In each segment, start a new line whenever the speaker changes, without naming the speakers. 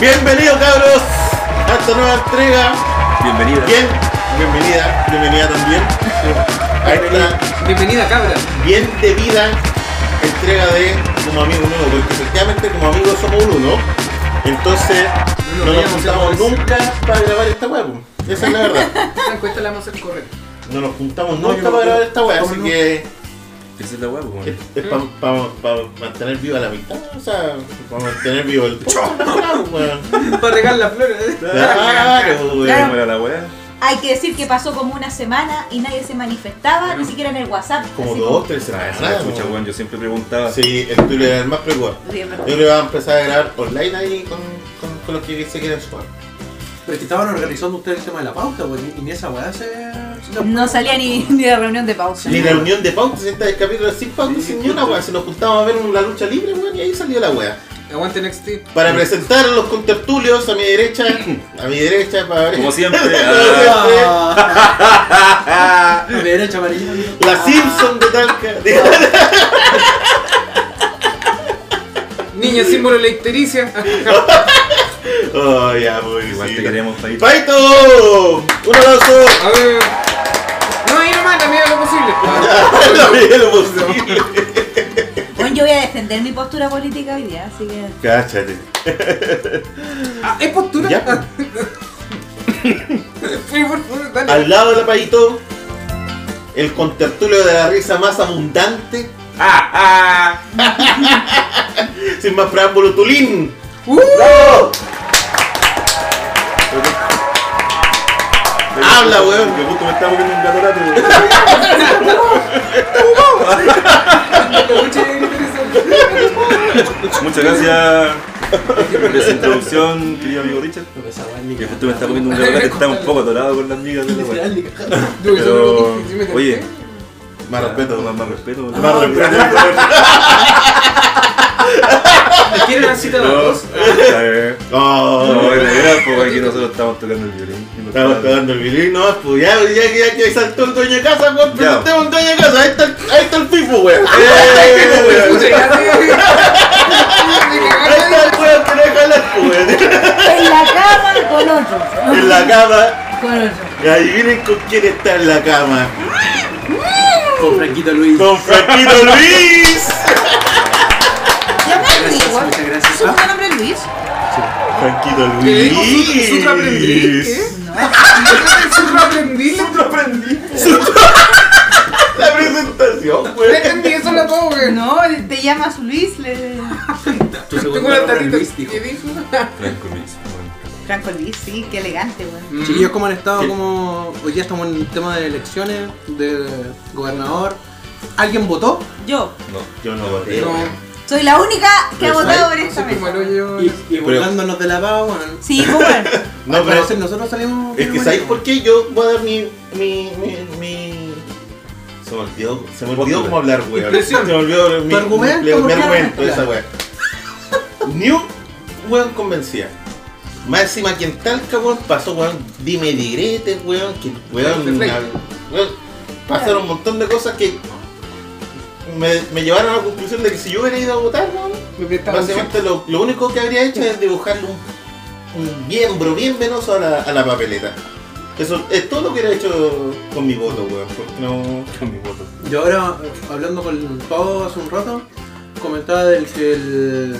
Bienvenidos cabros a esta nueva entrega.
Bienvenida.
Bien, bienvenida, bienvenida también. A esta
Bienvenida cabra.
bien debida entrega de Como Amigo Uno, porque efectivamente como amigos somos un uno. Entonces
No
no
nos
nos
juntamos
juntamos nunca para grabar esta web. Esa es la verdad.
Esta encuesta la vamos a hacer correcta.
No nos juntamos
No,
nunca
yo-
para grabar esta web,
¿cómo
así
no?
que
Esa es la hueá,
es
weón.
para mantener viva la amistad, o sea, para mantener vivo el Claro, weón.
Para regar las flores.
Claro, weón.
¿Cómo era la hueá?
Hay que decir que pasó como una semana y nadie se manifestaba, ni siquiera en el WhatsApp.
Como
así
dos, tres
Ah,
semanas.
esa la escucha,
weón.
weón. Yo siempre preguntaba.
Sí, el Twitter era el más preocupado.
como- Sí, es
Yo
verdad.
creo que va a empezar a grabar online ahí con, con, con los que se quieren sumar.
Pero es que estaban organizando ustedes el tema de la pauta, güey, y ni esa weá se. se la-
No salía ni, ni de reunión de pausa.
Ni la reunión de pauta, 60 del capítulo sin pauta, sin ni una weá. Se nos juntamos a ver la lucha libre, weón, y ahí salió la weá.
Aguante NXT.
Para presentar a los contertulios a mi derecha, a mi derecha, para ver.
Como siempre. ah,
Ah, A mi derecha amarilla.
La Simpson de Talca. Digo,
Ah.
Niña símbolo de la ictericia.
Oh, ya, muy
Igual te queremos, Paito.
Pues, ¡Paito! ¡Un abrazo!
A ver. No, ahí nomás, la medida de lo posible.
La medida de lo posible.
Bueno, yo voy a defender mi postura política hoy día, así que.
Cáchate.
Ah, es postura.
Ya.
Fui, por favor, dale.
Al lado de la Paito, el contertulio de la risa más abundante.
ah, ah.
Sin más preámbulo, Tulín.
Uh,
Habla, weón.
Me gusta me estaba poniendo un gato lato.
mucha interesante.
Muchas gracias por esa introducción, querido amigo Richard.
No esa weá ni
Que justo me está poniendo un gato lato. Está un poco atorado con las migas de la hueá.
Literal, ni cagando.
Yo, yo
Pero,
creo que sí me
oye.
cansé.
Más respeto,
Más,
weón.
más respeto. weón.
Más respeto.
¿Quieren una cita de las
No,
dos?
está bien. No,
Oh,
de verdad, pues, aquí nosotros estamos tocando el violín.
Estamos cagando el violín, no, pues ya, ya, ya, ya saltó el dueño de casa, weón,
Ya.
presentemos un dueño de casa, ahí está, el- ahí está el FIFO, weón.
Pucha, ya te- Me
Ahí está el
cagaste.
weón que no deja hablar, weón.
En la cama con otro.
En la cama,
Con otro.
y adivinen con quién está en la cama.
Con Franquito Luis.
Con Franquito Luis.
Yo me
Gracias,
digo.
muchas gracias.
¿Su
Ah.
nombre es Luis?
Franquito
Le digo su- su
Luis.
traprendí, ¿eh?
No.
Su traprendí.
La presentación,
No
weón.
entendí eso la todo, güey.
No, te llamas Luis. Le...
Tu segundo
Tengo la
nombre es
tarjeta.
Luis, dijo.
¿Qué dijo?
Franco Luis, weón.
Franco Luis, sí, qué elegante, weón.
Chiquillos, ¿cómo han estado?
Sí.
Como hoy día estamos en el tema de elecciones, de gobernador. ¿Alguien votó?
Yo
No.
Yo no voté,
No,
weón.
soy la única que ha
Pero
votado
soy-
por esta
soy como el
mesa.
hoyo.
Y, y burlándonos de la pava, weón.
Sí, pues, bueno.
No,
Al
pero
parecer nosotros salimos.
Es que ¿sabéis por qué? Yo voy a dar mi. mi. mi. mi... Se me olvidó. Se me olvidó
Postura.
cómo hablar, weón. Se
Impresión.
me olvidó mi,
¿Tu argumento?
mi- mi- mi
¿Por qué
argumento,
hablas?
esa weón. Ni un weón convencida. Más encima que en Talca, weón, pasó, weón, dime y diretes, weón, que weón,
Perfecto.
una- weón, pasaron un montón de cosas que me, me llevaron a la conclusión de que si yo hubiera ido a votar, weón,
Me prestaba atención.
Básicamente lo, lo único que habría hecho es dibujarle un, un miembro bien venoso a la, a la papeleta. Eso es todo lo que hubiera hecho con mi voto, weón. Porque no.
Con mi voto.
Yo ahora, hablando con Pau hace un rato, comentaba del que el,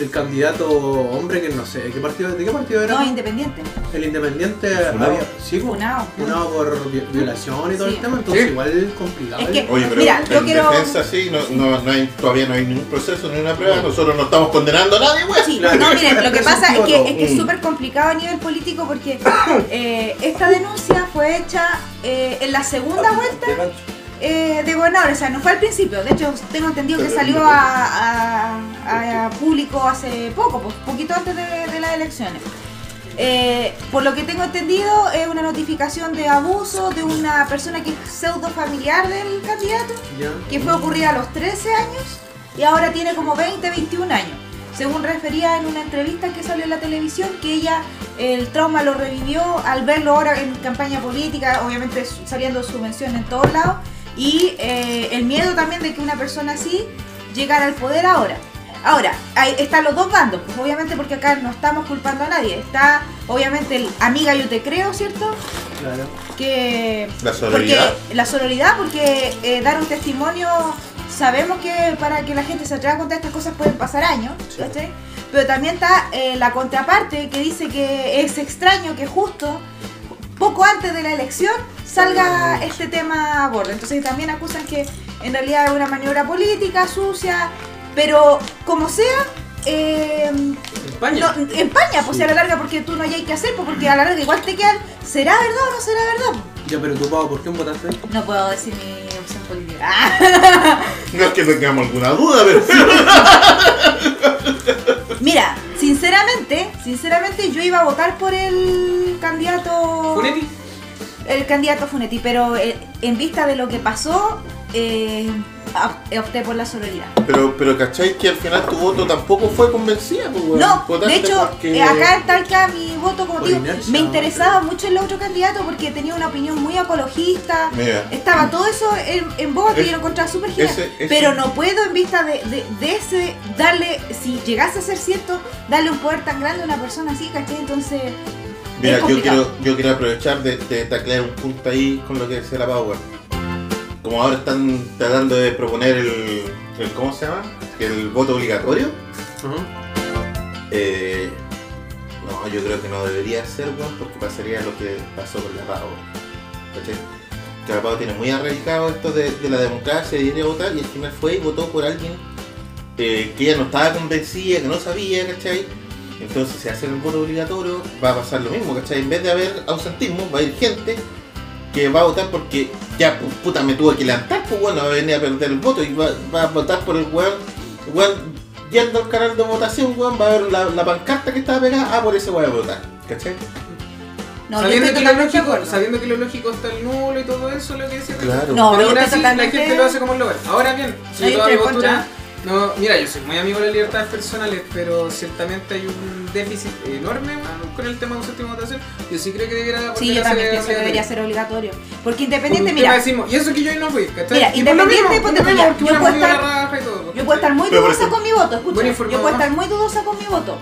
el candidato hombre que no sé, ¿de qué partido, de qué partido era?
No, independiente.
el independiente
Funado.
había sí, pues,
Funado.
funado por vi- violación y todo
Sí.
el tema, entonces
Sí.
igual es complicado. ¿eh?
Es que-
Oye, pero
Mira,
en
yo quiero-
defensa sí, no, no, no hay, todavía no hay ningún proceso, ni una prueba. Nosotros no estamos condenando a nadie, weón.
Sí,
Claro.
no, miren, lo que pasa es que es, que es
Mm.
súper complicado a nivel político porque eh, esta denuncia fue hecha eh, en la segunda vuelta eh, de gobernador, o sea, no fue al principio, de hecho tengo entendido que salió a, a- a público hace poco, po- poquito antes de, de las elecciones. Eh, por lo que tengo entendido es una notificación de abuso de una persona que es pseudo familiar del candidato
Ya.
que fue ocurrida a los 13 años y ahora tiene como 20, 21 años. Según refería en una entrevista que salió en la televisión, que ella el trauma lo revivió al verlo ahora en campaña política, obviamente su- saliendo su mención en todos lados, y eh, el miedo también de que una persona así llegara al poder ahora. Ahora, ahí están los dos bandos, pues obviamente porque acá no estamos culpando a nadie. Está, obviamente, el amiga yo te creo, ¿cierto?
Claro.
que
La sororidad.
porque- la sororidad porque eh, dar un testimonio sabemos que para que la gente se atreva a contar estas cosas pueden pasar años ¿cachai? pero también está eh, la contraparte que dice que es extraño que justo poco antes de la elección salga este tema a bordo entonces también acusan que en realidad es una maniobra política sucia pero como sea eh,
España.
no, empaña, pues si a la larga, porque tú no hay que hacer, pues, porque a la larga igual te quedan. ¿Será verdad o no será verdad?
Ya, pero tú, Pau, ¿por qué votaste?
No puedo decir mi opción política. Ah,
No es que tengamos alguna duda, pero.
Mira, sinceramente, sinceramente yo iba a votar por el candidato.
¿Funetti?
El candidato Funetti, pero eh, en vista de lo que pasó, eh, op- opté por la sororidad.
Pero, pero ¿cachai que al final tu voto tampoco fue convencida? Pues, weón?
No, de
Votaste
hecho,
porque-
eh, acá en Talca mi voto, como
Por
te digo,
inercia,
me
no
interesaba mucho el otro candidato porque tenía una opinión muy apologista.
Mira.
Estaba todo eso en, en boga que
Es-
yo lo encontraba súper genial.
ese- ese-
Pero no puedo, en vista de, de, de ese, darle, si llegase a ser cierto, darle un poder tan grande a una persona así, ¿cachai? Entonces. es
Mira, yo
complicado.
quiero, yo quiero aprovechar de, de taclear un punto ahí con lo que decía la Power. Como ahora están tratando de proponer el, el- ¿cómo se llama? El voto obligatorio.
Ajá.
eh, no, yo creo que no debería ser, weón, porque pasaría lo que pasó con la Power. ¿Cachai? Que la Pau tiene muy arraigado esto de, de la democracia y ir a votar y al final fue y votó por alguien eh, que ella no estaba convencida, que no sabía, ¿cachai? Entonces se hace el voto obligatorio, va a pasar lo mismo, ¿cachai? En vez de haber ausentismo, va a ir gente que va a votar porque ya, pues, puta, me tuvo que levantar, pues bueno, va a venir a perder el voto y va, va a votar por el weón, weón, yendo al canal de votación, weón, va a ver la, la pancarta que estaba pegada, ah, por ese voy a votar, ¿cachai?
No, yo
sabiendo, que
estoy
lo
totalmente de
lógico,
acuerdo.
sabiendo que lo lógico está el nulo y todo eso, lo que decía Ricardo.
Claro.
Pero
No, pero
aún así,
yo estoy
la
totalmente.
gente lo hace como lo ve. Ahora bien,
Ahí
si toda mi
estoy
postura. No, mira, yo soy muy amigo de las libertades personales, pero ciertamente hay un déficit enorme bueno, con el tema de ausentismo de votación. Yo sí creo que debiera volver
Sí, yo
a
también
ser
pienso que
obligatorio.
debería ser obligatorio. Porque
Por un
independiente,
tema
mira,
de sismo. Y eso que yo ahí no fui, ¿cachai?
Mira,
Y por lo mismo,
independiente,
por lo
ponte
mismo,
tú ya,
porque
yo
una
puedo
movida
estar-
la raja y todo,
yo puedo estar muy
Pero por
dudosa
ejemplo-
con mi voto, escucha.
Bueno
Yo
informado,
puedo
¿no?
estar muy dudosa con mi voto.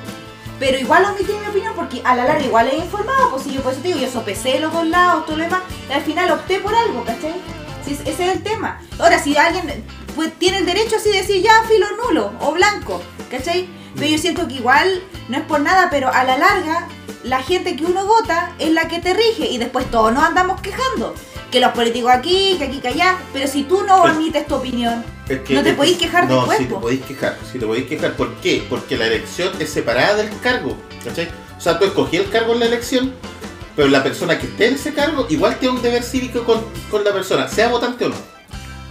Pero igual omití mi opinión porque a la larga igual he informado, pues sí, yo por eso te digo, yo sopesé los dos lados, todo lo demás, y al final opté por algo, ¿cachai? Sí, ese es el tema. Ahora, si alguien pues, tiene el derecho así de decir ya filo nulo o blanco, ¿cachai? Pero yo siento que igual no es por nada, pero a la larga la gente que uno vota es la que te rige y después todos nos andamos quejando. Que los políticos aquí, que aquí, que allá, pero si tú no
Pero-
omites tu opinión,
Es que-
No te
es que-
podís quejar
No,
después,
si
po.
te podéis quejar, si te podéis quejar. ¿Por qué? Porque la elección es separada del cargo, ¿cachai? O sea, tú escogí el cargo en la elección, pero la persona que esté en ese cargo igual tiene un deber cívico con, con la persona, sea votante o no.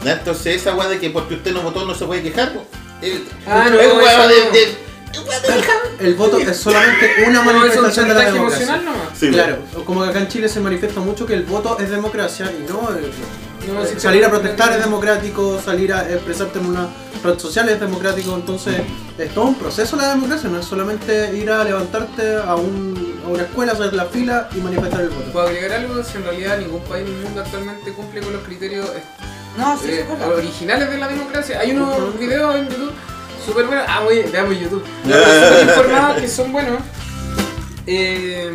¿Ya? Entonces esa weá de que porque usted no votó no se puede quejar, po, es,
Ah, no,
es
eso
weá de,
no.
de- es weá de quejar.
El voto es solamente una
No, eso es
manifestación
un
de la
chantaje
democracia.
emocional nomás.
Sí,
Claro, como que acá en Chile se manifiesta mucho que el voto es democracia y no. eh,
No,
eh,
sí,
salir a
sí,
protestar
sí.
es democrático, salir a expresarte en una red social es democrático, entonces es todo un proceso la democracia, no es solamente ir a levantarte a, un, a una escuela, hacer la fila y manifestar el voto.
Puedo agregar algo, si en realidad ningún país del mundo actualmente cumple con los criterios
Ah,
no, sí,
eh,
sí, por favor.
originales de la democracia. Hay unos
Ujú.
videos en YouTube súper buenos. Ah, muy, veamos YouTube. Súper informados que son buenos. Eh,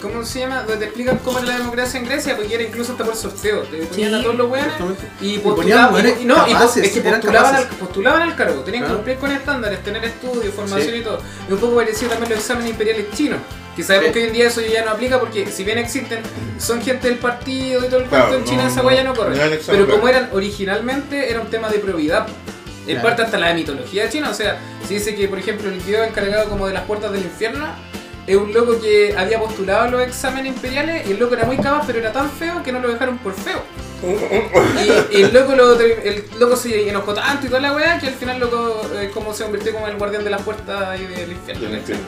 ¿Cómo se llama? Donde te explican cómo era la democracia en Grecia, porque era incluso hasta por sorteo. Te ponían
Sí.
a todos los buenos
Justamente.
y
Y ponían
postulaban,
mujeres
y, y no, y po-
capaces,
es que
eran
postulaban al,
capaces.
postulaban al cargo, tenían que
Claro.
cumplir con estándares, tener estudios, formación
Sí.
y todo. Y un poco parecido también los exámenes imperiales chinos, que sabemos
Sí.
que hoy en día eso ya no aplica porque si bien existen, son gente del partido y todo el
Claro,
cuento en
no,
China esa
no,
huella no corre.
no era el examen,
Pero como
claro.
eran originalmente, era un tema de probidad. En
Claro.
parte hasta la mitología china, o sea, se dice que por ejemplo el video encargado como de las puertas del infierno es un loco que había postulado los exámenes imperiales y el loco era muy capaz pero era tan feo que no lo dejaron por feo. Y, y el, loco lo ter- el loco se enojó tanto y toda la weá que al final loco eh, como se convirtió como el guardián de las puertas ahí del infierno.
Yo no
¿cachai?
entiendo.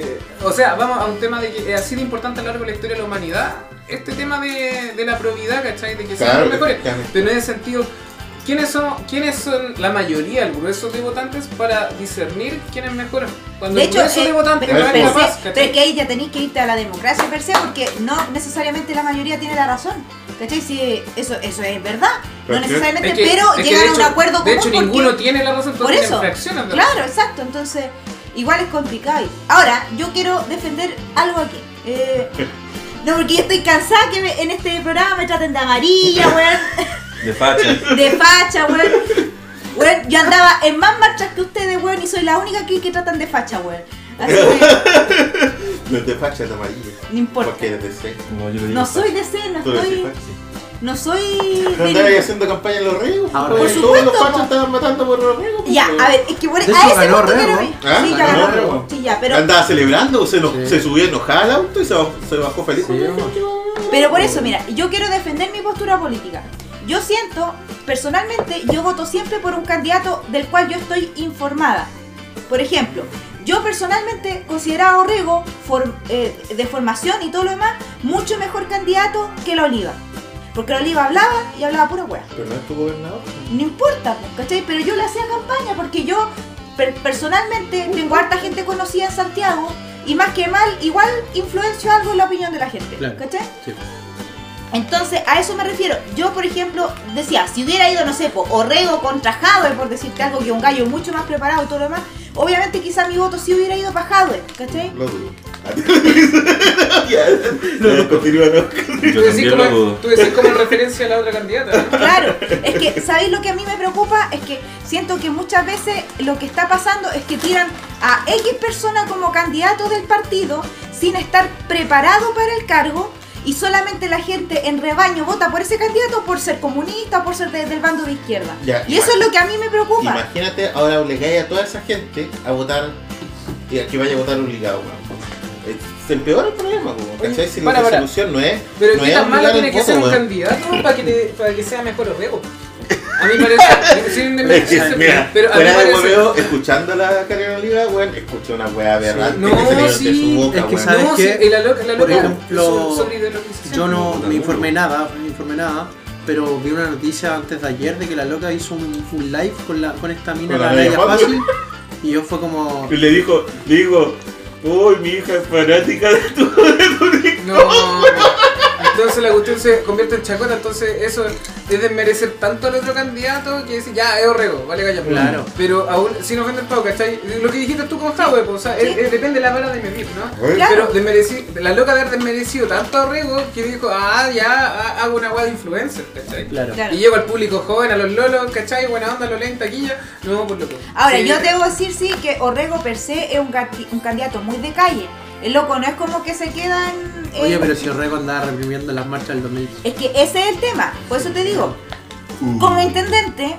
Eh, o sea, vamos a un tema de que ha sido importante a lo largo de la historia de la humanidad, este tema de, de la probidad, ¿cachai? De que seamos
Claro,
los mejores.
efectivamente.
Pero en ese sentido, ¿Quiénes son, ¿Quiénes son la mayoría, el grueso de votantes para discernir quién es mejor? Cuando
De
el
hecho,
grueso
eh,
de votantes
pero,
no es
pero-
capaz,
pero
¿cachai?
es que ahí ya tenéis que irte a la democracia per se, porque no necesariamente la mayoría tiene la razón. ¿Cachai? Si eso, eso es verdad.
Pero
no
que-
necesariamente,
Es que-
pero
es que
llegan
de
a un
hecho-
acuerdo común.
De hecho,
porque-
ninguno tiene la razón,
Por
todos tienen
eso.
fracciones de la
Claro, exacto. Entonces, igual es complicado. ahí. Ahora, yo quiero defender algo aquí. Eh, no, porque yo estoy cansada que me- en este programa me traten de amarilla, weón,
De facha.
de facha, weón. Weón, yo andaba en más marchas que ustedes, weón, y soy la única aquí que tratan de facha, weón. Así que,
No te fachas de amarillo.
no importa.
Porque eres de C.
Como yo le digo.
No soy de C, no
Tú eres de
estoy.
facha.
No soy.
No
de-
andabas haciendo campaña en los ríos.
Ahora
pues, todos los
bien. Por supuesto,
fachos estaban matando por los pues, ríos.
Ya, a ver, es que bueno,
De
a
hecho,
ese
ganó
punto
Rebo,
quiero
¿eh?
ir.
Ah,
Sí, ya
ganó
ganó
Rebo.
Rebo. Sí, ya, pero.
Andaba celebrando, se, nos-
Sí.
se subió enojada al auto y se, baj- se bajó feliz.
Sí, bueno.
Pero por eso, mira, yo quiero defender mi postura política. Yo siento, personalmente, yo voto siempre por un candidato del cual yo estoy informada. Por ejemplo, yo personalmente consideraba a Orrego, for- eh, de formación y todo lo demás, mucho mejor candidato que la Oliva. Porque la Oliva hablaba y hablaba pura hueá.
Pero no es tu gobernador.
No importa, pues, ¿cachai? Pero yo le hacía campaña porque yo per- personalmente tengo harta gente conocida en Santiago y más que mal, igual influencio algo en la opinión de la gente,
Claro,
¿cachai?
sí.
Entonces, a eso me refiero. Yo, por ejemplo, decía, si hubiera ido, no sé, po, Orrego contra Jadwe, por decirte algo, que un gallo mucho más preparado y todo lo demás, obviamente quizá mi voto sí hubiera ido para Jadwe, ¿cachai?
Lo dudo. ya, no, continúa, no.
Yo
Tú decís,
también
como,
lo dudo.
tú decís como en referencia a la otra candidata. ¿no?
Claro, es que, ¿sabéis lo que a mí me preocupa? Es que siento que muchas veces lo que está pasando es que tiran a X persona como candidato del partido sin estar preparado para el cargo y solamente la gente en rebaño vota por ese candidato por ser comunista o por ser de- del bando de izquierda.
Ya,
y eso
imagi-
es lo que a mí me preocupa.
Imagínate ahora obligáis a toda esa gente a votar y a que vaya a votar obligado, weón. Eh, Se empeora el problema, weón.
Oye,
¿Cachai? Si
para,
la
para.
solución no es.
Pero
no
¿qué
es
tan malo
obligar
tiene
el
que
voto,
ser un
weón.
candidato para que, te- para que sea mejor Orrego? A mí me parece, sin
Es que,
desmerecer,
mira,
pero a mí me
fuera de
parece...
hueveo, escuchando la Carolina Oliva, weón, escuché una weá aberrante
No,
que salió de
sí,
su boca,
es que
weón.
¿Sabes
No, sí,
qué?
y la loca, la
Por
loca
ejemplo,
so- sobre ideologización.
Yo no me informé nada, no me informé nada, pero vi una noticia antes de ayer de que la loca hizo un, un live con, la, con esta mina,
Con la
la
Naya
Naya
Fácil.
Fácil, y yo fue como...
Y le dijo, le digo, uy, mi hija es fanática de tu.
No. Entonces la cuestión se convierte en chacota, entonces eso es desmerecer tanto al otro candidato que dice, ya, es Orrego, vale calla.
Claro.
Pero aún, si no vende el pavo, ¿cachai? Lo que dijiste tú con Jadwe, pues, o sea, es- es- depende de la vara de Memir, ¿no?
Weón,
Claro.
Pero desmereci- la loca de haber desmerecido tanto a Rego que dijo, ah, ya ah, hago una weá de influencer, ¿cachai?
Claro.
Claro.
Y llego al público joven, a los lolos, ¿cachai? Buena onda, los lenta, taquilla, no, por loco.
Ahora,
Sí.
yo debo decir sí que Orrego per se es un, gati- un candidato muy de calle. El loco no es como que se quedan... eh,
Oye, pero si Orrego andaba reprimiendo las marchas del 2000.
Es que ese es el tema, por eso te digo, como intendente,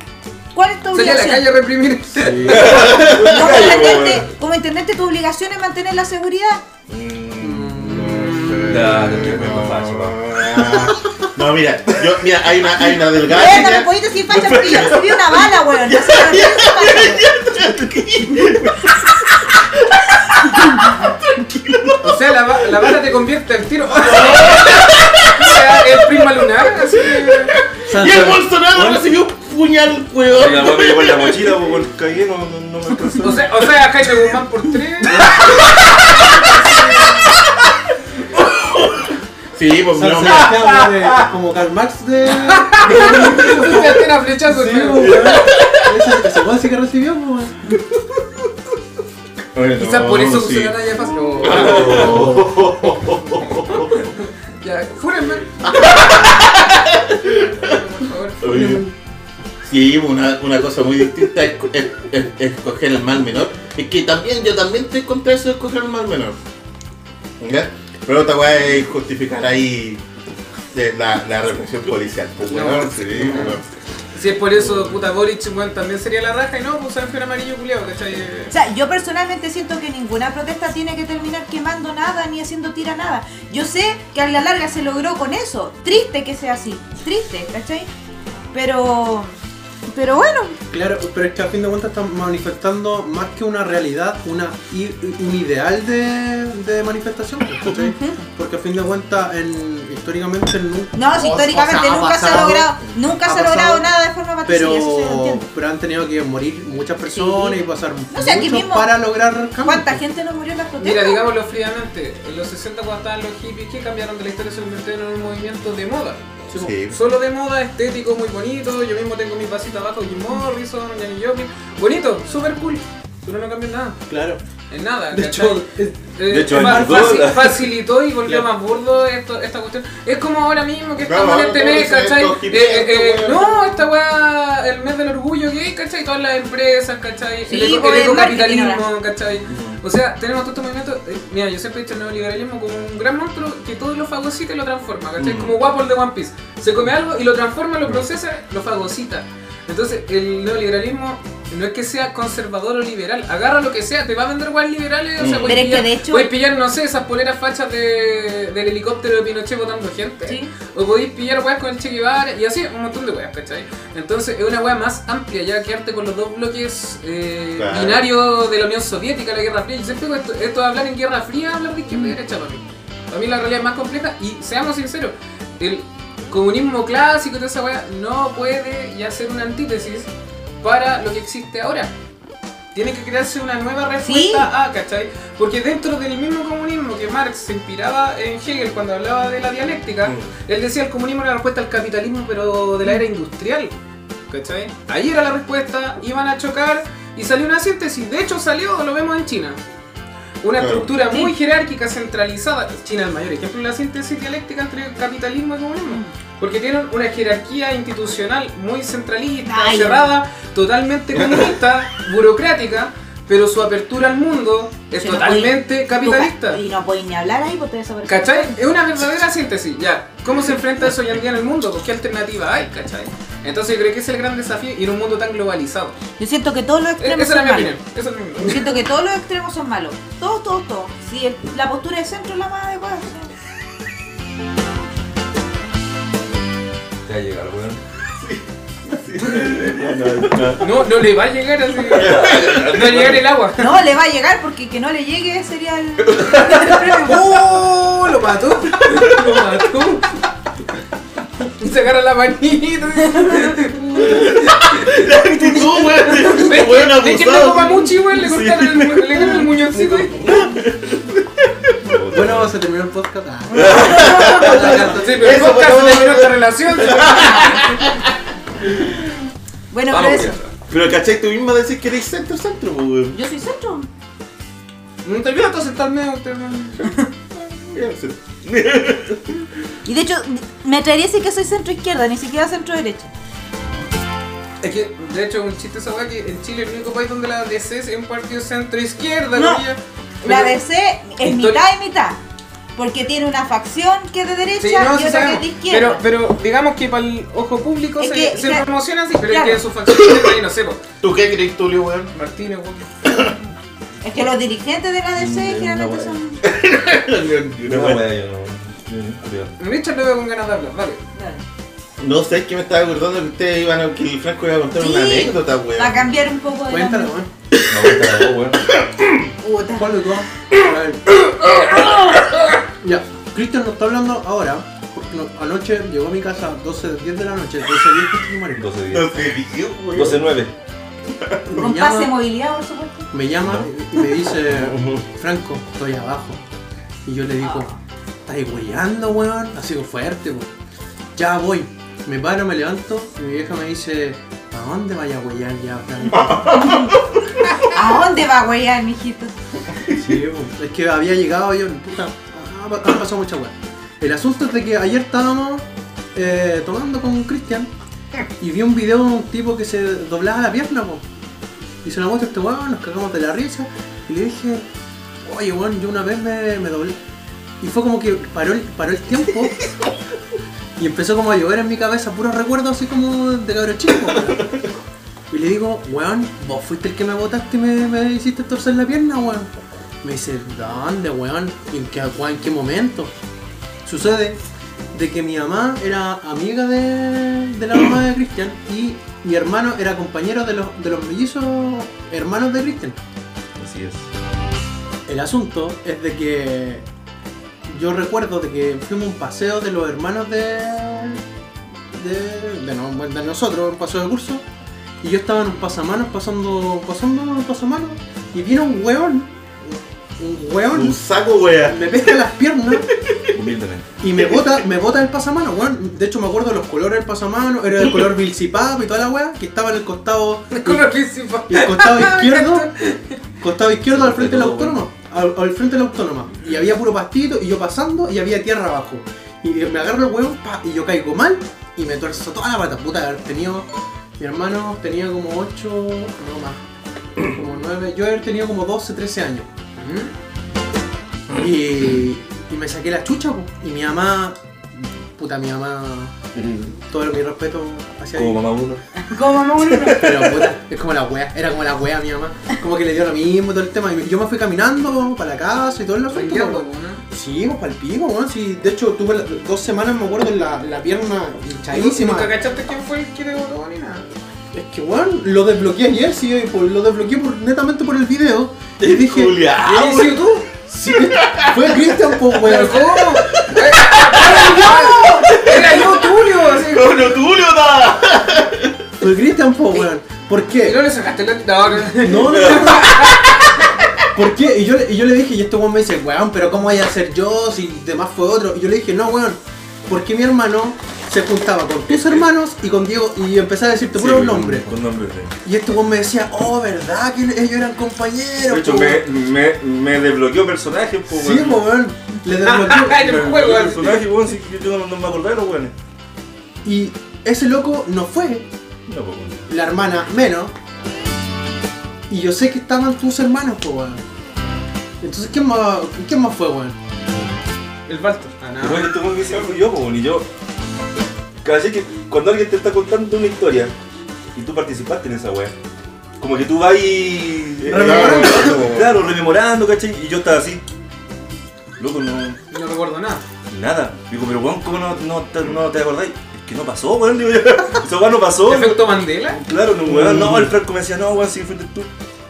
¿cuál es tu
Salí a la calle
obligación?
a reprimir.
Como
Calle,
intendente, como intendente tu obligación es mantener la seguridad.
Mm,
Ya,
no sé,
ya,
weón.
facho,
No, mira, yo, mira, hay una, hay una delgada.
Bueno,
línea-
me podéis decir facha porque yo recibí una bala, weón. No sé, no sé, facha.
pues. O sea, la, ba- la bala te convierte al tiro. o sea, el prisma lunar, así que...
Y el Bolsonaro recibió un puñal, weón.
Oiga, me llevo en la mochila, pues, bueno, cagué, no, no, no me alcanzó.
O sea, o sea Jaime Guzmán por tres.
Sí, pues
San
no,
Sebastián, weón, de- como Karl Marx de...
Se hacen a flechazos,
Sí,
¿no?
weón. Ese- Ese weón sí que recibió, pues, weón.
Bueno,
Quizás por eso
sí.
usó la Naya Fácil. No. Ya, fúrenme.
Oye, Sí, una, una cosa muy distinta es, es- es- es escoger el mal menor. Es que también, yo también estoy contra eso de escoger el mal menor. ¿Ya? Pero te voy a justificar ahí de la, la represión policial. Pues,
No.
weón, sí, weón.
Si es por eso, puta Boric, weón, también sería la raja y no, pues saben que era amarillo culiado, ¿cachai?
O sea, yo personalmente siento que ninguna protesta tiene que terminar quemando nada ni haciendo tira nada. Yo sé que a la larga se logró con eso. Triste que sea así. Triste, ¿cachai? Pero Pero bueno,
Claro, pero es que a fin de cuentas están manifestando más que una realidad, una, i- un ideal de, de manifestación. pues, ¿cachai? Porque a fin de cuentas, en- históricamente nunca.
no, si
o- o
históricamente
sea, ha
nunca se ha
pasado,
logrado, nunca
ha
se ha
pasado,
logrado nada de forma patricia,
Pero,
eso sí lo entiendo.
pero han tenido que morir muchas personas
Sí.
y pasar
No sé, aquí
mucho
mismo-
para lograr cambios. pues.
¿Cuánta gente no murió en las protestas?
Ah, pues. Mira, digámoslo fríamente, en los 60 cuando estaban los hippies, que cambiaron de la historia? Se convirtieron en un movimiento de moda. pues,
Sí.
Solo de moda, estético, muy bonito. Yo mismo tengo mi vasita abajo, Jim Morrison, Johnny Joplin. Bonito, super cool. Pero no cambió en nada.
Claro.
En nada.
De
¿cachai?
hecho, es-
Eh,
De hecho,
fa-
ayudó
faci-
la-
facilitó y volvió
Claro.
más burdo esto, esta cuestión. Es como ahora mismo que
Claro,
estamos en
ahora
este
todos
mes,
dicen
¿cachai?
esto,
Eh,
hippie,
eh,
esto,
eh,
weón.
no, esta weá, el mes del orgullo gay, ¿cachai? Todas las empresas, ¿cachai?
Sí,
el eco-
pues,
el
el
ecocapitalismo,
marketing
¿cachai? O sea, tenemos todos estos movimientos. eh, mira, yo siempre he dicho el neoliberalismo como un gran monstruo que todo lo fagocita y lo transforma, ¿cachai?
Mm.
Como Guapo el de One Piece. Se come algo y lo transforma, lo procesa, lo fagocita. Entonces, el neoliberalismo no es que sea conservador o liberal. Agarra lo que sea, te va a vender weas liberales. O sea,
Mm.
puedes
Pero es que
pillar-
de hecho-
puedes pillar, no sé, esas poleras fachas de, del helicóptero de Pinochet botando gente.
Sí.
O podéis pillar weas con el Che Guevara y así, un montón de weas, ¿cachai? Entonces es una wea más amplia, ya quedarte con los dos bloques eh,
Claro.
binarios de la Unión Soviética, la Guerra Fría. Yo siempre digo esto, esto de hablar en Guerra Fría, hablar de
Mm.
izquierda y derecha para mí. Para mí la realidad es más compleja y seamos sinceros, el comunismo clásico y toda esa wea no puede ya ser una antítesis para lo que existe ahora. Tiene que crearse una nueva respuesta
Sí.
a, ¿cachai? Porque dentro del mismo comunismo que Marx se inspiraba en Hegel cuando hablaba de la dialéctica, él decía el comunismo era la respuesta al capitalismo pero de la era industrial. ¿Cachai? Ahí era la respuesta, iban a chocar y salió una síntesis. De hecho salió, lo vemos en China. Una
Claro.
estructura
Sí.
muy jerárquica, centralizada. China es el mayor ejemplo de la síntesis dialéctica entre el capitalismo y el
Mm.
comunismo. Porque tienen una jerarquía institucional muy centralista,
Ay.
cerrada, totalmente comunista, burocrática, pero su apertura al mundo es
Se nos
totalmente capitalista.
Y no podéis ni hablar ahí porque te desapareces.
¿Cachai? Es una verdadera síntesis, ya. ¿Cómo se enfrenta eso hoy en día en el mundo? Pues, ¿Qué alternativa hay? ¿Cachai? Entonces yo creo que ese es el gran desafío y en un mundo tan globalizado.
Yo siento que todos los
E-
extremos
Esa era
son
mi
malos.
opinión. Esa era mi
Yo
opinión.
siento que todos los extremos son malos. Todos, todos, todos. Si el- la postura de centro es la más adecuada.
Te va a llegar, weón.
No, no le va a llegar así. No va a llegar el agua.
No, le va a llegar porque que no le llegue sería el...
¡Oh! Lo mató. Lo mató. Y se agarra la manita.
Este No, weón.
¿Ves?
Weón
¿Ves que
abusado,
no como
sí.
mucho igual? Le cortaron el, mu- le cortaron el muñoncito. ahí.
Bueno, se terminó el podcast. Ah.
Sí, pero
Eso,
en todo
por
caso
favor.
terminó esta relación.
Bueno,
Vamos,
pero eso.
mierda.
Pero cachai, tú mismo decís que eres centro centro, pues, weón.
Yo soy centro.
No te olvides de sentarme. usted, ¿no?
Mira, sí.
Y de hecho, me atrevería a decir que soy centro izquierda, ni siquiera centro derecha.
Es que, de hecho, un chiste esa weá que en Chile es el único país donde la DC es un partido centro izquierda,
No. La
DC
DC es
Histori-
mitad y mitad. Porque tiene una facción que es de derecha
Sí, no, sí
y otra que es
sabemos.
de izquierda.
Pero, pero digamos que para el ojo público
Es
se,
que,
se
claro,
promociona así, pero
claro.
es que sus facciones ahí, no sé, po,
¿Tú qué crees, Tulio, weón?
Martínez, po.
Es que los dirigentes de la DC
Mm, una
generalmente son.
No,
Bueno.
weón, yo no- yo no, culiao.
Richard lo veo con ganas de hablar, vale.
Claro.
No sé, es que me estaba acordando que ustedes iban a que el Franco iba a contar una
Sí.
anécdota, weón.
Va a cambiar un poco de.
Cuéntalo,
la-
weón.
No, cuéntala vos, weón.
Puta.
¿Cuál de todas? Ya, Cristian nos está hablando ahora, porque no- anoche llegó a mi casa a 12, de- 10 de la noche, 12, 10, coche tu madre.
12
No
10.
sé, yo, weón.
12 9.
Con
Me
pase de
llama,
movilidad, por supuesto.
me llama y me dice, Franco, estoy abajo. Y yo le digo, estás huellando, weón, así sido fuerte, weón. Ya voy. Me paro, me levanto y mi vieja me dice, ¿a dónde vaya a huellar ya, Franco?
¿A dónde va a huellar, mijito?
Sí, weón. es que había llegado yo, puta, ha ha pasado mucha weón. El asunto es de que ayer estábamos eh, tomando con Cristian y vi un video de un tipo que se doblaba la pierna, po. Y se la muestra a este weón, nos cagamos de la risa. Y le dije, oye weón, yo una vez me, me doblé. Y fue como que paró el, paró el tiempo y empezó como a llover en mi cabeza puros recuerdos así como de cabro chico. weón. Y le digo, weón, vos fuiste el que me botaste y me, me hiciste torcer la pierna, weón. Me dice, ¿dónde, weón? ¿Y ¿En qué, weón, en qué momento? Sucede de que mi mamá era amiga de, de la mamá de Cristian y mi hermano era compañero de los, de los mellizos hermanos de Cristian.
Así es.
El asunto es de que yo recuerdo de que fuimos a un paseo de los hermanos de de, de no- de nosotros, un paseo de curso, y yo estaba en un pasamanos pasando pasando un pasamanos y viene un hueón, un
Un
hueón
saco, wea.
me pesca las piernas
Humildemente.
y me bota, me bota el pasamano, weón. De hecho me acuerdo los colores del pasamano, era el color Vilsipap y toda la weá, que estaba en el costado.
El color principal.
Y el costado izquierdo, costado izquierdo al frente de la autónoma, al, al frente de la autónoma. Y había puro pastito y yo pasando y había tierra abajo. Y me agarro el huevo pa, y yo caigo mal y me tuerzo toda la pata. Puta, haber tenido, mi hermano tenía como 8, no más, como 9, yo haber tenido como 12, 13 años. Y, y me saqué la chucha, po. y mi mamá, puta, mi mamá, todo lo que respeto hacia
Como
ella.
mamá uno.
Como mamá uno.
Pero puta, es como la wea, era como la wea mi mamá. Como que le dio lo mismo todo el tema. Y yo me fui caminando para la casa y todo el asunto.
Rengueando,
weón.
¿no?
Sí, pues para el pico, weón. Sí, de hecho tuve la- dos semanas, me acuerdo, en la, la pierna hinchadísima.
¿Nunca cachaste quién fue el que te votó ni nada?
Es que weón, lo desbloqueé ayer, sí, y por- lo desbloqueé por- netamente por el video. Y dije,
Julián.
¿y sido tú? Sí, fue Cristian, pues weón.
¿Cómo? ¡Era yo, Tulio! así.
¡Cono Tulio, da!
Fue Cristian, pues weón. ¿Por
¿Y no
qué?
le sacaste la.? No, no.
No, no, no. ¿Por qué? Y yo, le- y yo le dije, y este weón me dice, weón, pero ¿cómo voy a ser yo si demás fue otro? Y yo le dije, no, weón, porque mi hermano se juntaba con tus hermanos y con Diego y empezaba a decirte puro
Sí,
nombre.
Con nombre, sí.
Y este weón me decía, oh, ¿verdad? Que ellos eran compañeros.
De hecho,
po,
me, pues,
weón?".
me, me desbloqueó personajes, po,
Sí, po, weón. Le desbloqueó.
Ay, en
Me
el juego,
desbloqueó
así.
personajes, weón, sí, que yo no, no me acordaba de los weones.
y ese loco no fue,
No, po, weón.
la hermana menos. Y yo sé que estaban tus hermanos, po, weón. Entonces, ¿quién más, ¿quién más fue, weón?
El Balto. Ah,
Pero bueno, este weón dice algo yo, po, y yo. Caché que cuando alguien te está contando una historia y tú participaste en esa wea, como que tú vas y. eh,
Rememorando.
claro, rememorando, caché, y yo estaba así. Loco, no.
No recuerdo nada.
Nada. Digo, pero weón, ¿cómo no, no, te, no te acordáis? Es que no pasó, weón. Digo, yo, esa weá no pasó.
¿Efecto Mandela?
Claro, no, weón. No, el Franco me decía, no, weón, sí, fuiste tú.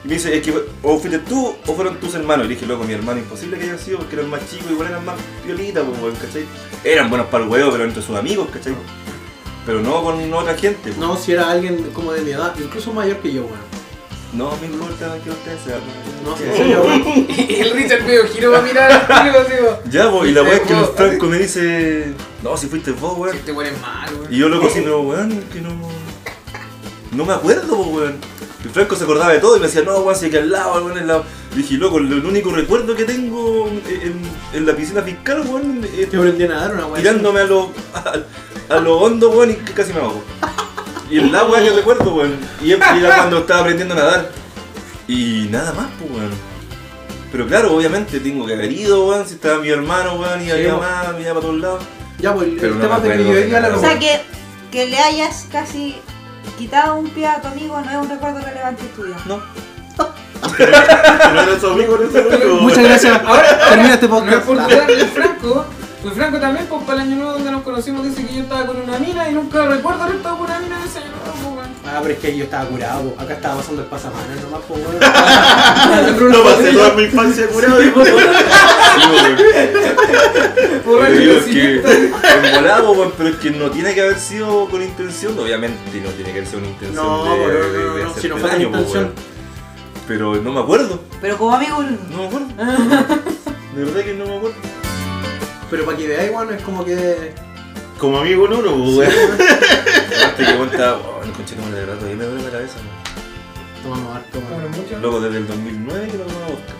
Y me dice, es que o fuiste tú o fueron tus hermanos. Y le dije, loco, mi hermano, imposible que haya sido porque eran más chicos, igual eran más violitas, pues, weón, ¿cachai? Eran buenos para el huevo, pero entre sus amigos, ¿cachai? Pero no con otra gente. pues.
No, si era alguien como de mi edad, incluso mayor que yo, weón.
No, me importa que ustedes sean.
No, en serio, weón.
el Richard medio giro va a mirar al tío, así como,
Ya, pues, y la weá es que el
Vos,
Franco me dice, no, si fuiste vos, weón.
Si este te huelen mal,
Y
güey.
yo loco así, no, weón, es que no. No me acuerdo, po, weón. Y Franco se acordaba de todo y me decía, no, weón, si aquí al lado, weón, en la. Y dije, loco, el el único recuerdo que tengo en, en la piscina fiscal, weón, es
Te aprendí a nadar una weá.
tirándome a lo. a, a lo hondo, weón, y que casi me ahogo. Y es la weá que recuerdo, weón. Y es- y era cuando estaba aprendiendo a nadar. Y nada más, pues, weón. Pero claro, obviamente tengo que haber ido, weón, si estaba mi hermano, weón, y
Sí,
había
po.
más, miraba para todos lados.
Ya, pues el
Pero no
tema
me
de que
acuerdo
yo
de
iba a la
nada.
O sea
weá.
que, que le hayas casi quitado un pie a tu amigo no es un recuerdo relevante tuyo.
No.
No era su amigo, no era su amigo.
Muchas gracias.
Ahora,
Termina este
no es
podcast.
por jugar el Franco. Pues Franco también, pues para el año nuevo donde nos conocimos, dice que yo estaba con una mina y nunca recuerdo haber estado con una mina de ese año nuevo, pues, güey.
Ah, pero es que yo estaba curado. po. Acá estaba pasando el pasamanos nomás, pues weón.
No pasé toda mi infancia curado, digo.
Sí, weón.
Por
Pero
el
digo, es que,
siguiente.
en volada, po, weón, pero es que no tiene que haber sido con intención, obviamente no tiene que haber sido una intención
No,
de,
po, no, no,
de- de
no,
hacerte
si no fue con
daño, po,
intención.
weón. Pero no me acuerdo,
Pero como amigo, no.
no me acuerdo.
Ah.
De verdad que no me acuerdo.
Pero para que veáis, weón, es como que.
Como amigo no, no, weón.
Aparte que cuenta, oh, no conché como de rato, ahí me duele la cabeza. weón.
Tomamos harto,
Bueno,
weón.
mucho.
Loco, desde el 2009 que no tomaba vodka.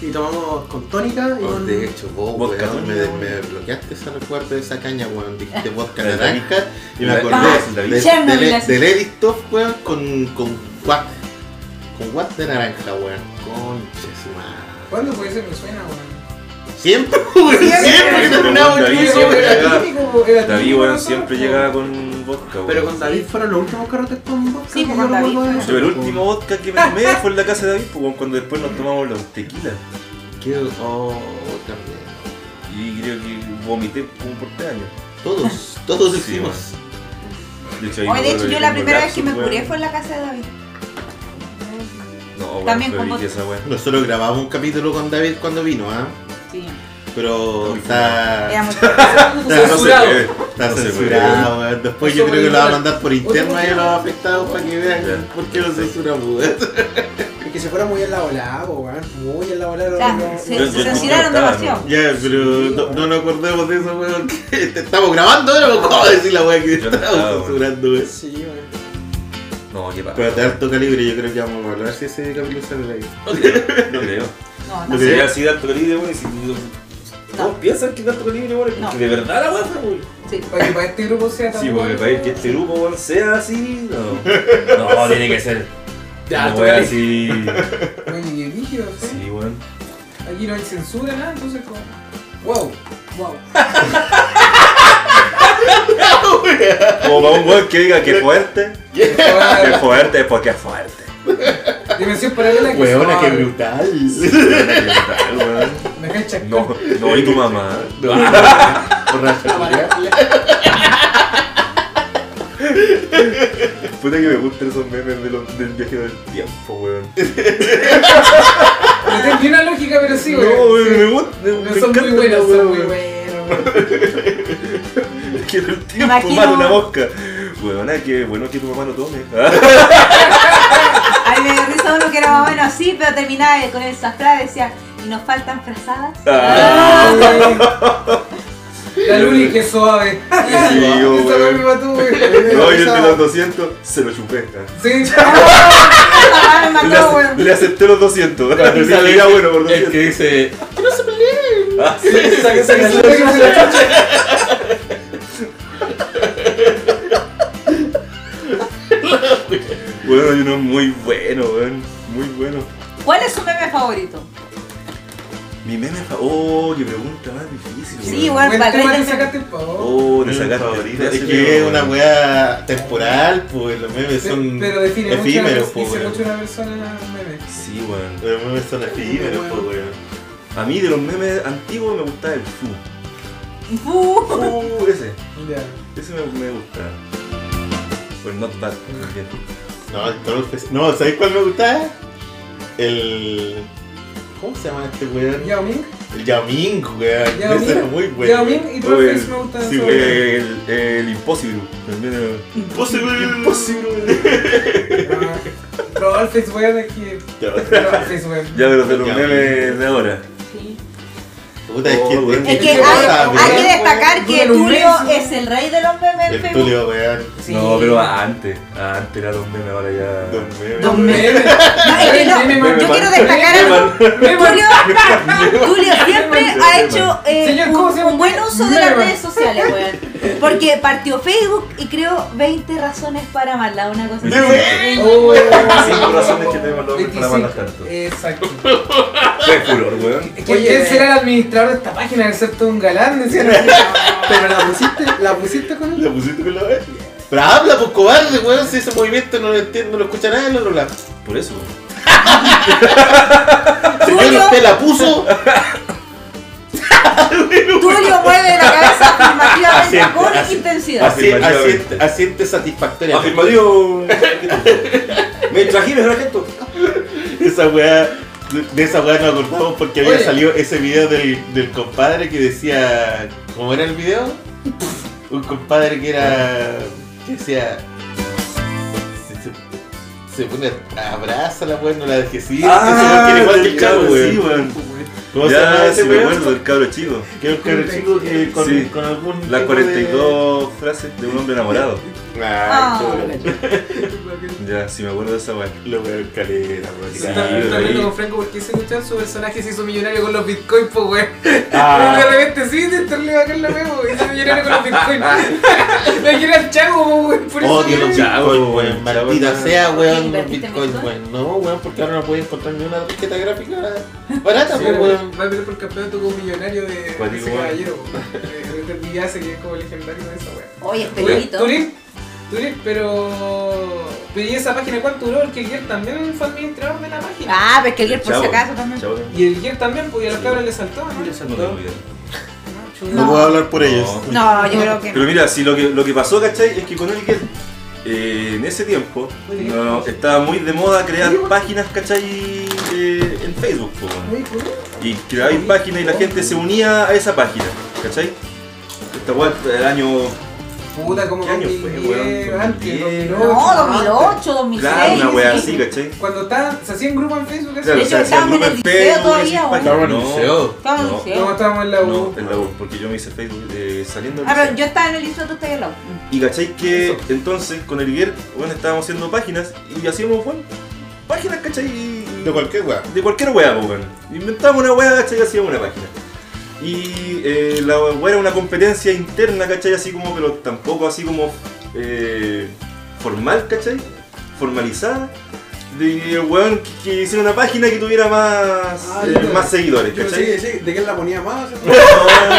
Y tomamos con tónica y
Oh,
con.
de hecho, vos,
Vodka
weón, me,
tonic,
me
weón.
bloqueaste ese recuerdo de esa caña, weón. Dijiste vodka
La
naranja y me
La-
acordé
la-
de-
la-
de-
Chernobyl,
de-
así.
del Edistop, weón, con, con guat. Con guat de naranja, weón. Concha su madre.
¿Cuándo fue ese me suena, güey?
Siempre, weón. Siempre que
Ese
terminaba
weón
el
David
día,
siempre
weón.
llegaba-
típico, era
David,
típico,
weón,
¿no?
siempre llegaba con vodka, weón.
Pero con David fueron los últimos carretes con vodka.
Sí,
que
con
yo
David.
recuerdo de
Yo el
nosotros, po.
último vodka que me tomé fue en la casa de David, po, weón, cuando después nos tomamos los tequilas.
Qué- Oh, también.
Y creo que vomité como por tres años.
Todos, todos
Sí,
hicimos.
De hecho, ahí
Oye,
me
de hecho,
acuerdo
yo la
tengo
primera vez
lapsus,
que me
weón.
curé fue en la casa de David.
No, weón,
también
fue
con
brígida
vos-
esa weón.
Nosotros grabamos un capítulo con David cuando vino, ¿ah?
Sí,
Pero
Muy
está.
Ah.
era muy
Está
No se
Censurado.
puede.
Está
No se puede.
censurado, weón. Después yo creo
Eso
que
porque
lo va a
no-
mandar por interno ahí a los afectados para que vean
Ya.
por qué lo censuramos, weón.
Y que se fuera muy en la volada, po, weón. Muy en la volada.
Ya,
no-
se-
Yo-
se
yo- yo
censuraron
estaba,
demasiado.
Ya, pero no, no nos acordemos de eso, weón. que Te estamos grabando ahora, weón. ¿Cómo decir la weá que
Yo no estaba,
estamos
weón.
censurando, weón?
Sí, weón.
No, qué pasa.
Pero de alto calibre, yo creo que vamos a hablar si ese capítulo sale al aire.
No creo. No creo.
No,
Lo
no.
que-
Sería así de alto calibre, weón. y si- Todos piensan que es de alto calibre, weón.
No.
Que de verdad la weá fue, weón.
Sí.
Para que para este grupo sea tan
Sí, porque
bueno.
para que este grupo weón, sea así, no. No, tiene que ser.
Ya,
una
tú
weá
dale.
así.
Oye, qué brígido, ¿sí?
Sí, weón.
Aquí no hay censura, nada, entonces como... Wow, wow.
Como para un weón que diga que fuerte. Que fuerte, porque es fuerte.
Dimensión paralela que
Weona, qué
suave.
brutal.
Me cae chascón.
No, no, y tu mamá. Puta que me gustan esos memes de los- del viaje del tiempo, weón.
No tiene una lógica, pero sí,
No,
güey.
weón, me gusta. Me,
Pero son muy
encantan,
buenas,
weón.
son muy buenas. güey.
Que el tiempo
Imagino-
mata una mosca. Weona, que bueno que tu mamá no tome.
Ah,
Ay, me dio risa uno que era más bueno así, pero terminaba con el zafra decía, y nos faltan frazadas.
Ah.
La Luli, qué suave.
Sí, yo,
Esa
güey.
no me mató, güey.
No, y el de los 200 se lo chupé.
Sí,
Ah,
Le,
me mató,
ac-
weón.
le acepté los 200.
Y sale
Era bueno por
El
200.
que dice.
Ah,
saca esa canción.
Bueno, hay uno muy bueno, weón. Muy bueno.
¿Cuál es su meme favorito?
Mi meme fa- Oh, qué pregunta más difícil.
Sí,
weón.
weón,
Buen
para el
tema
rey
te
del-
sacaste el pavo.
Oh, te sacaste.
favorito.
te
Es
hace
que es
weón.
una weá temporal, pues los memes son
Pero define mucho,
efímeros,
dice
pues weón.
mucho una persona meme.
Sí, weón.
Los memes son efímeros, pues weón.
A mí de los memes antiguos me gustaba el fu.
Bu.
Uh, ese.
Ya.
Ese me, me gusta. Pues not bad. también.
No, el troll fest- No, ¿sabéis cuál me gustaba? El. ¿Cómo se llama este weón?
Yao Ming.
El Yao Ming, weón.
Yao
Ese era
Ming.
muy bueno.
Yao Ming y
Oh,
Trollface
el-
me gustan.
Sí,
esos.
weón. El, el Impossible. También eh, era-
Imposible.
Ah, Trollface, weón, es que...
Ya,
Trollface, weón.
Ya, pero de los
Ya.
memes de ahora.
Puta, es que.
Oh, weón.
Es que
Ese
hay,
pasa,
hay que
weón.
destacar que
Dura un
Tulio
mes.
es el rey de los memes en
El
Facebook.
Tulio, weón.
Sí.
No, pero antes. Antes era los memes, ahora ya.
Los memes.
Dos
weón.
memes. No, es que no,
Meme man.
yo quiero destacar
Meme
algo.
Mememan.
Tulio, Tulio siempre
Meme man.
ha hecho eh,
Señor, ¿cómo se
un,
llama?
un buen uso de
Meme
las
man.
redes sociales, weón. Porque partió Facebook y creó 20 razones para amarla, una cosa
Meme
así.
Oh, weón.
Cinco razones que tenemos los hombres para
25.
amarlas tanto.
Exacto.
Qué furor, weón.
¿Qui- ¿Quién será el administrador de esta página de ser todo un galán? Decían
Pero la pusiste, la pusiste con él.
¿Le pusiste con la vez? Pero habla, pues cobarde, weón. Si ese movimiento no lo entiendo, no lo escucha nadie, no lo habla.
Por eso, weón.
Señor,
Tulio,
usted la puso.
Tulio mueve la cabeza afirmativamente
Asiente,
con
asiente.
intensidad.
Así,
Afirmativamente.
asiente, asiente satisfactoria.
Afirmativo. Me trajiste, ¿verdad, esto?
Esa weá, de- de esa weá nos acordamos porque había
Oye.
salido ese video del, del compadre que decía. ¿Cómo era el video? Un compadre que era. que decía. se- Se, se pone abraza la weá, no la dejes ir. Ese weón que era igual que el chavo, weón.
Ah, pues Sí, weón.
¿Cómo se llama
Ya,
ese
sí me
weón?
acuerdo, el cabro chico.
Que un cabro chico que con,
Sí.
con algún.
Las
tipo de-
42 frases de un hombre enamorado.
Ah,
Ah.
qué
Ya, sí me acuerdo de esa weón.
Lo veo en calera, weón.
Sí,
Está está
ahí.
hablando con Franco porque ese muchacho, su personaje se hizo millonario con los bitcoins, pues, weón.
Ah.
De repente, sí, te le va a caer la memo, y se hizo millonario con los bitcoins. Me quiere al chago, po, weón, por eso.
Odio los
weón.
Chavo,
bitcoins,
weón.
weón. Maldita
Chavo,
sea, weón, los
¿Invertiste en
bitcoins,
Bitcoin?
weón. No, weón, porque ahora no puedes encontrar ni una tarjeta gráfica barata,
Sí,
pues, weón.
Va a pelear por el campeonato como millonario de de
Cuático,
ese
weón.
caballero, weón. De- de Villase, que es como legendario de esa weón.
Oye, este
Turín,
pelito.
Turín, Turín, pero. Pero ¿y esa página cuánto duró? Porque el Gear también fue administrador de la página.
Ah, pero es que el Gier por si
Chavo.
acaso también.
Chavo.
Y el Gear también, pues y a los cabros le saltó, ¿no?
Le
No tengo idea.
No, chulo.
No.
hablar por
No.
No, yo creo que
Pero
no.
mira, si lo que, lo que pasó, ¿cachai? Es que con el que eh, en ese tiempo no, estaba muy de moda crear páginas, ¿cachai? Eh, en Facebook, po, weón. Y creabais páginas y la gente se unía a esa página, ¿cachai? Esta weá el año.
Puta, como
¿Qué año fue,
2010,
weón?
antes,
2010.
2008.
No, 2008,
Claro,
2006.
una weá así, ¿cachai?
Cuando estaban, se hacían grupos en Facebook, así.
Claro,
Yo
o sea, hacían
estaba en
grupos
el
en
liceo
Facebook,
todavía,
y esas
weón.
páginas.
Estaba en el liceo.
Estaba en el
No,
liceo.
Cuando estábamos en la U.
No, en la U, porque yo me hice Facebook eh, saliendo del
Ah, pero
liceo.
yo estaba en el liceo, tú estás al lado.
Y cachai que
Eso.
entonces con el Iguer, bueno, estábamos haciendo páginas y hacíamos, bueno, páginas, cachai. Y...
De cualquier weá.
de cualquier weá, pues, weón. Inventamos una weá, ¿cachai? Y hacíamos una página. Y eh, la weá era una competencia interna, ¿cachai? Así como, pero tampoco así como eh, formal, ¿cachai? Formalizada. De el weón que, que hiciera una página que tuviera más,
Ah,
eh,
ya.
más seguidores,
Yo
¿cachai?
sí, sí, ¿de quién la ponía más?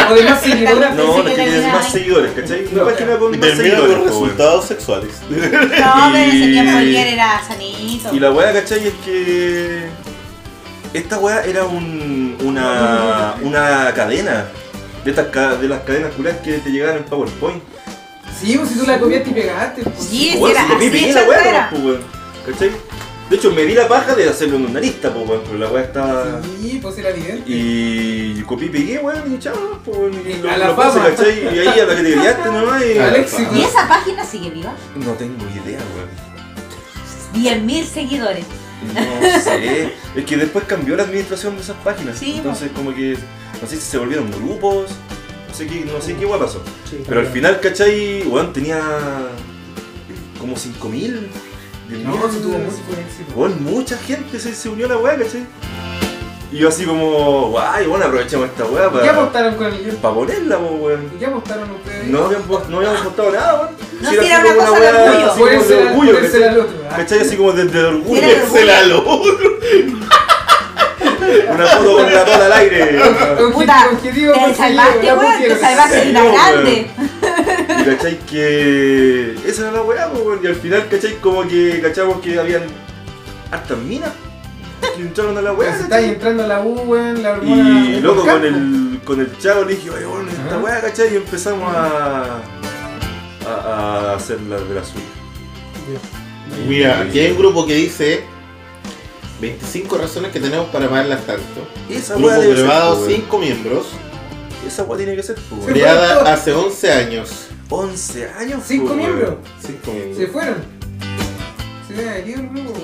O de más seguidoras.
No, no,
Pensé
que
que era
tienes
el
más
Nike.
seguidores, ¿cachai? Una
No,
página
Y
con más
termina con
seguidores, po, weón.
resultados sexuales.
No, pero ese
Y-
tiempo ayer era sanito.
Y la weá, ¿cachai? Es que. Esta weá era un, una, una cadena. De, estas, ca- de las cadenas culas que te llegaban en PowerPoint.
Sí, pues si tú la copiaste y pegaste. pues.
Sí,
Weón,
era
si comí,
así
pegué
de
la weá,
chantera.
nomás, po, weón. ¿Cachai? De hecho, me di la paja de hacerlo en una lista, po, weón, pero la weá estaba.
Sí, pues era evidente.
Y copié y pegué, weón, y chao, po, weón, y
A
lo,
la
lo puse,
fama.
¿cachai? Y ahí a la que te criaste nomás y.
Claro.
Alexico.
¿Y esa página sigue viva?
No tengo idea, weón.
10.000 seguidores.
No sé. Es que después cambió la administración de esas páginas.
Sí,
Entonces como que. No sé si se volvieron grupos. No sé qué, no sé qué guay pasó.
Sí.
Pero al final, ¿cachai? Weón tenía. como 5.000.
No, sí tuvo
10.000.
mucho éxito.
Weón, mucha gente se, se unió a la weá, ¿cachai? Y yo así como. guay, bueno, aprovechemos esta weá
¿Qué
para.
apostaron con el guión?
para ponerla, po, weón.
¿Qué apostaron ustedes?
No habíamos, no habíamos apostado nada, weón.
No,
Si
si era
así
una
como
cosa de
weá,
orgullo.
así como de
Ponérsela-
orgullo,
ponérsela
¿cachai?
al otro. ah.
¿Cachai? Así como desde el orgullo.
Era de orgullo.
Una foto con la pala al aire.
Puta,
Objetivo, objetivo,
Te
conseguido,
salvaste,
la
weón, te
pusieron.
salvaste de la
Sí,
grande.
Y cachai que. Esa era la weá, po, weón. Y al final, cachai, como que cachamos que habían hartas minas que entraron a la weá.
Pues estáis
cachai.
entrando a la U, weón, la hormona.
Y
del
loco con
campo.
el. con el chavo le dije, oye, bueno, esta
Ajá.
weá, cachai, y empezamos a. a, a hacer la del azul.
Mira, aquí hay un grupo que dice 25 razones que tenemos para amarlas tanto.
Esa weá
Grupo
debe ser, po,
privado,
weón.
5 miembros,
Esa weá tiene que ser, po, weón.
Sí.
creada hace 11 años.
11 años, po,
Cinco
weón.
miembros.
5
Se
miembros.
fueron. Se habían metido el grupo.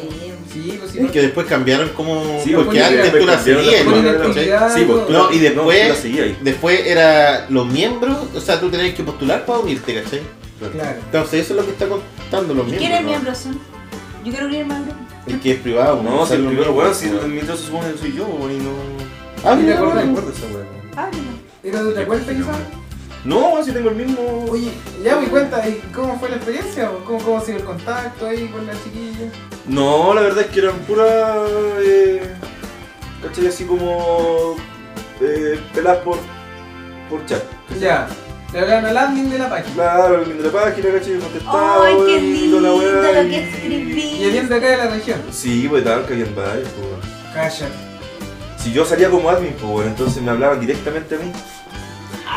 Sí, pues sí.
Es que después cambiaron como...
Sí,
porque
pues,
antes
después
tú la
cambiaron la
seguías,
Con
no,
¿no?
no, no,
¿Cachai?
identidad.
Sí, pues tú
No,
la-
y después-
tú la seguías ahí.
Después era los miembros, o sea, tú tenías que postular para unirte, ¿cachai?
Claro.
Entonces eso es lo que está contando los
¿Y
miembros.
quiénes
¿no?
miembros son? Yo quiero unirme al grupo.
El que es privado.
No,
o
si
sea,
el
los
primero, weón,
miembros,
si
¿no?
el mientras se supone que soy yo, weón, y no.
Ah,
¿Y te
mira,
No
acordás?
bueno.
recuerdo esa weón.
Ábrelo.
¿Era de otra cuenta quizás?
No, weón, si tengo el mismo.
Oye, ya me cuenta, ¿y cómo fue la experiencia? o ¿Cómo, cómo ha sido el contacto ahí con la chiquilla?
No, la verdad es que eran pura. Eh, ¿Cachai? Así como. Eh, pelas por. por chat.
Ya, le hablaron al admin de la página.
Claro, el link de la página, ¿cachai? Yo contestaba.
¡Ay, qué
weón, y toda la
lindo
weá,
lo
y-
que escribí!
Y el bien de acá de la región.
Sí, pues tal, que habían varios, pues, weón.
Calla.
Si yo salía como admin, pues weón, entonces me hablaban directamente a mí.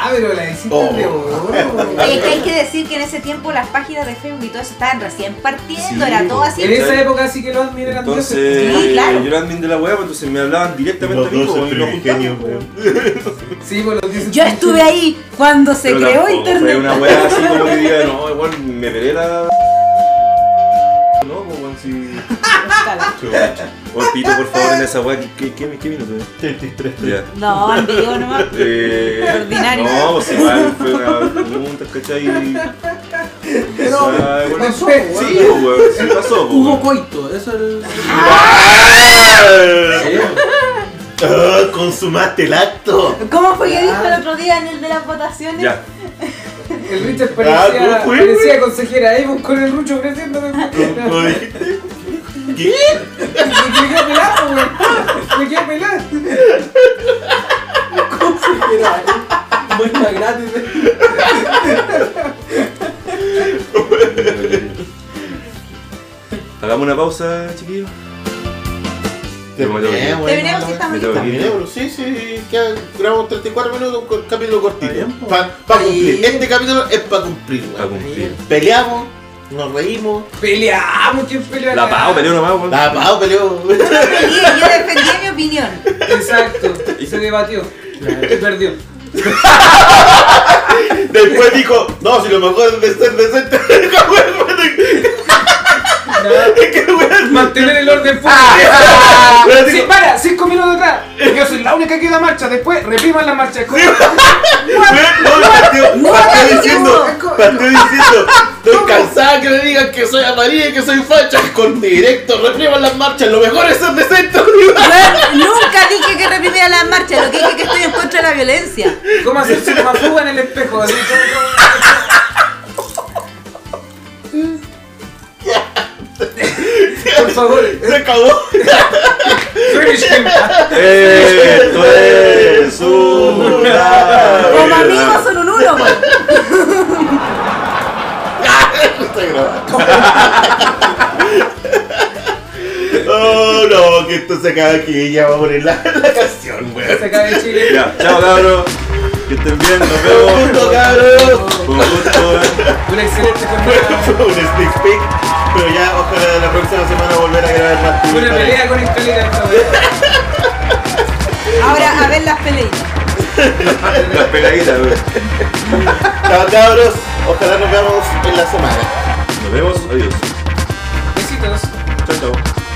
Ah, pero la hiciste
Oh.
de oro.
Oye, que hay que decir que en ese tiempo las páginas de Facebook y todo eso estaban recién partiendo,
Sí,
era todo así.
En esa época sí que los admin eran
Entonces,
Sí, Ah, claro.
yo era admin de la weá, pues entonces me hablaban directamente a
Los
mí,
dos
pues, weón, y nos
primigenios,
juntábamos,
weón.
pues.
dioses. Sí, pues los dioses.
Yo estuve ahí cuando se
Pero
creó
tampoco Fue
internet.
una weá así como que diga, no, igual me veré la. No, pues weón, si. O Oh, pito, por favor, en esa weá, ¿qué, qué, qué minuto es?
33.
Ya.
No, en video nomás.
Eh,
Ordinario.
No, pues igual fue una pregunta, ¿cachai?
Pero,
Esa, igual-
pasó, weón.
Sí, pues, weón, sí pasó, pues,
Hubo
weón.
coito, eso es
Ah, consumaste el acto.
¿Cómo fue que dijo el otro día en el de las votaciones?
Ya.
El Richard
Ah,
parecía,
¿cómo fue,
parecía consejera
eh,
Avon con el rucho creciendo. Me
Como
quedé
dijiste. ¿Qué?
pelado, weón. Me quedé pelado.
el muestra gratis.
Hagamos una pausa, chiquillos.
Terminemos,
Terminemos si estamos
Me tengo
listos.
que ir.
Terminemos, sí, sí, queda- grabamos 34 minutos, con capítulo cortito.
Está bien, po.
Para cumplir, este capítulo es para cumplir,
A
weón.
cumplir.
Peleamos, nos reímos.
Peleamos, ¿quién peleó?
La Pau peleó nomás, weón.
La Pau peleó.
Yo peleé, yo defendí mi opinión.
Exacto. Se debatió. Y perdió.
Después dijo, no, si lo mejor es ser decente.
Nada. Mantener el orden público.
Ah. Pero
Sí,
digo-
para, cinco minutos atrás. Yo soy la única que da marcha. Después repriman la marcha.
No, partió, partió diciendo, partió diciendo, estoy cansada que me digan que soy amarilla y que soy facha. Con directo, repriman las marchas, lo mejor es ser decente.
Yo nunca dije que reprimía la marcha, lo que dije que estoy en contra de la violencia.
¿Cómo hacerse una fuga en el espejo? Así, como- Por favor,
Se acabó.
finish him.
Esto es una
Como
vida.
amigos son un uno, pues. po.
Está grabado. Oh no, que esto se acaba aquí, ya va a poner la, la canción, weón.
Se acaba el chile.
Ya, chao cabros. Que estén bien, nos vemos.
Punto, cabrón.
Con gusto, eh.
Una excelente jornada.
Fue un sneak peek, pero ya ojalá la próxima semana volver a grabar más
Fue Una
tutoriales.
pelea con escalera esta vez.
Ahora, a ver las peleitas.
Las pegaditas, weón.
Chao, cabros, ojalá nos veamos en la semana.
Nos vemos, adiós.
Besitos.
Chao, chao.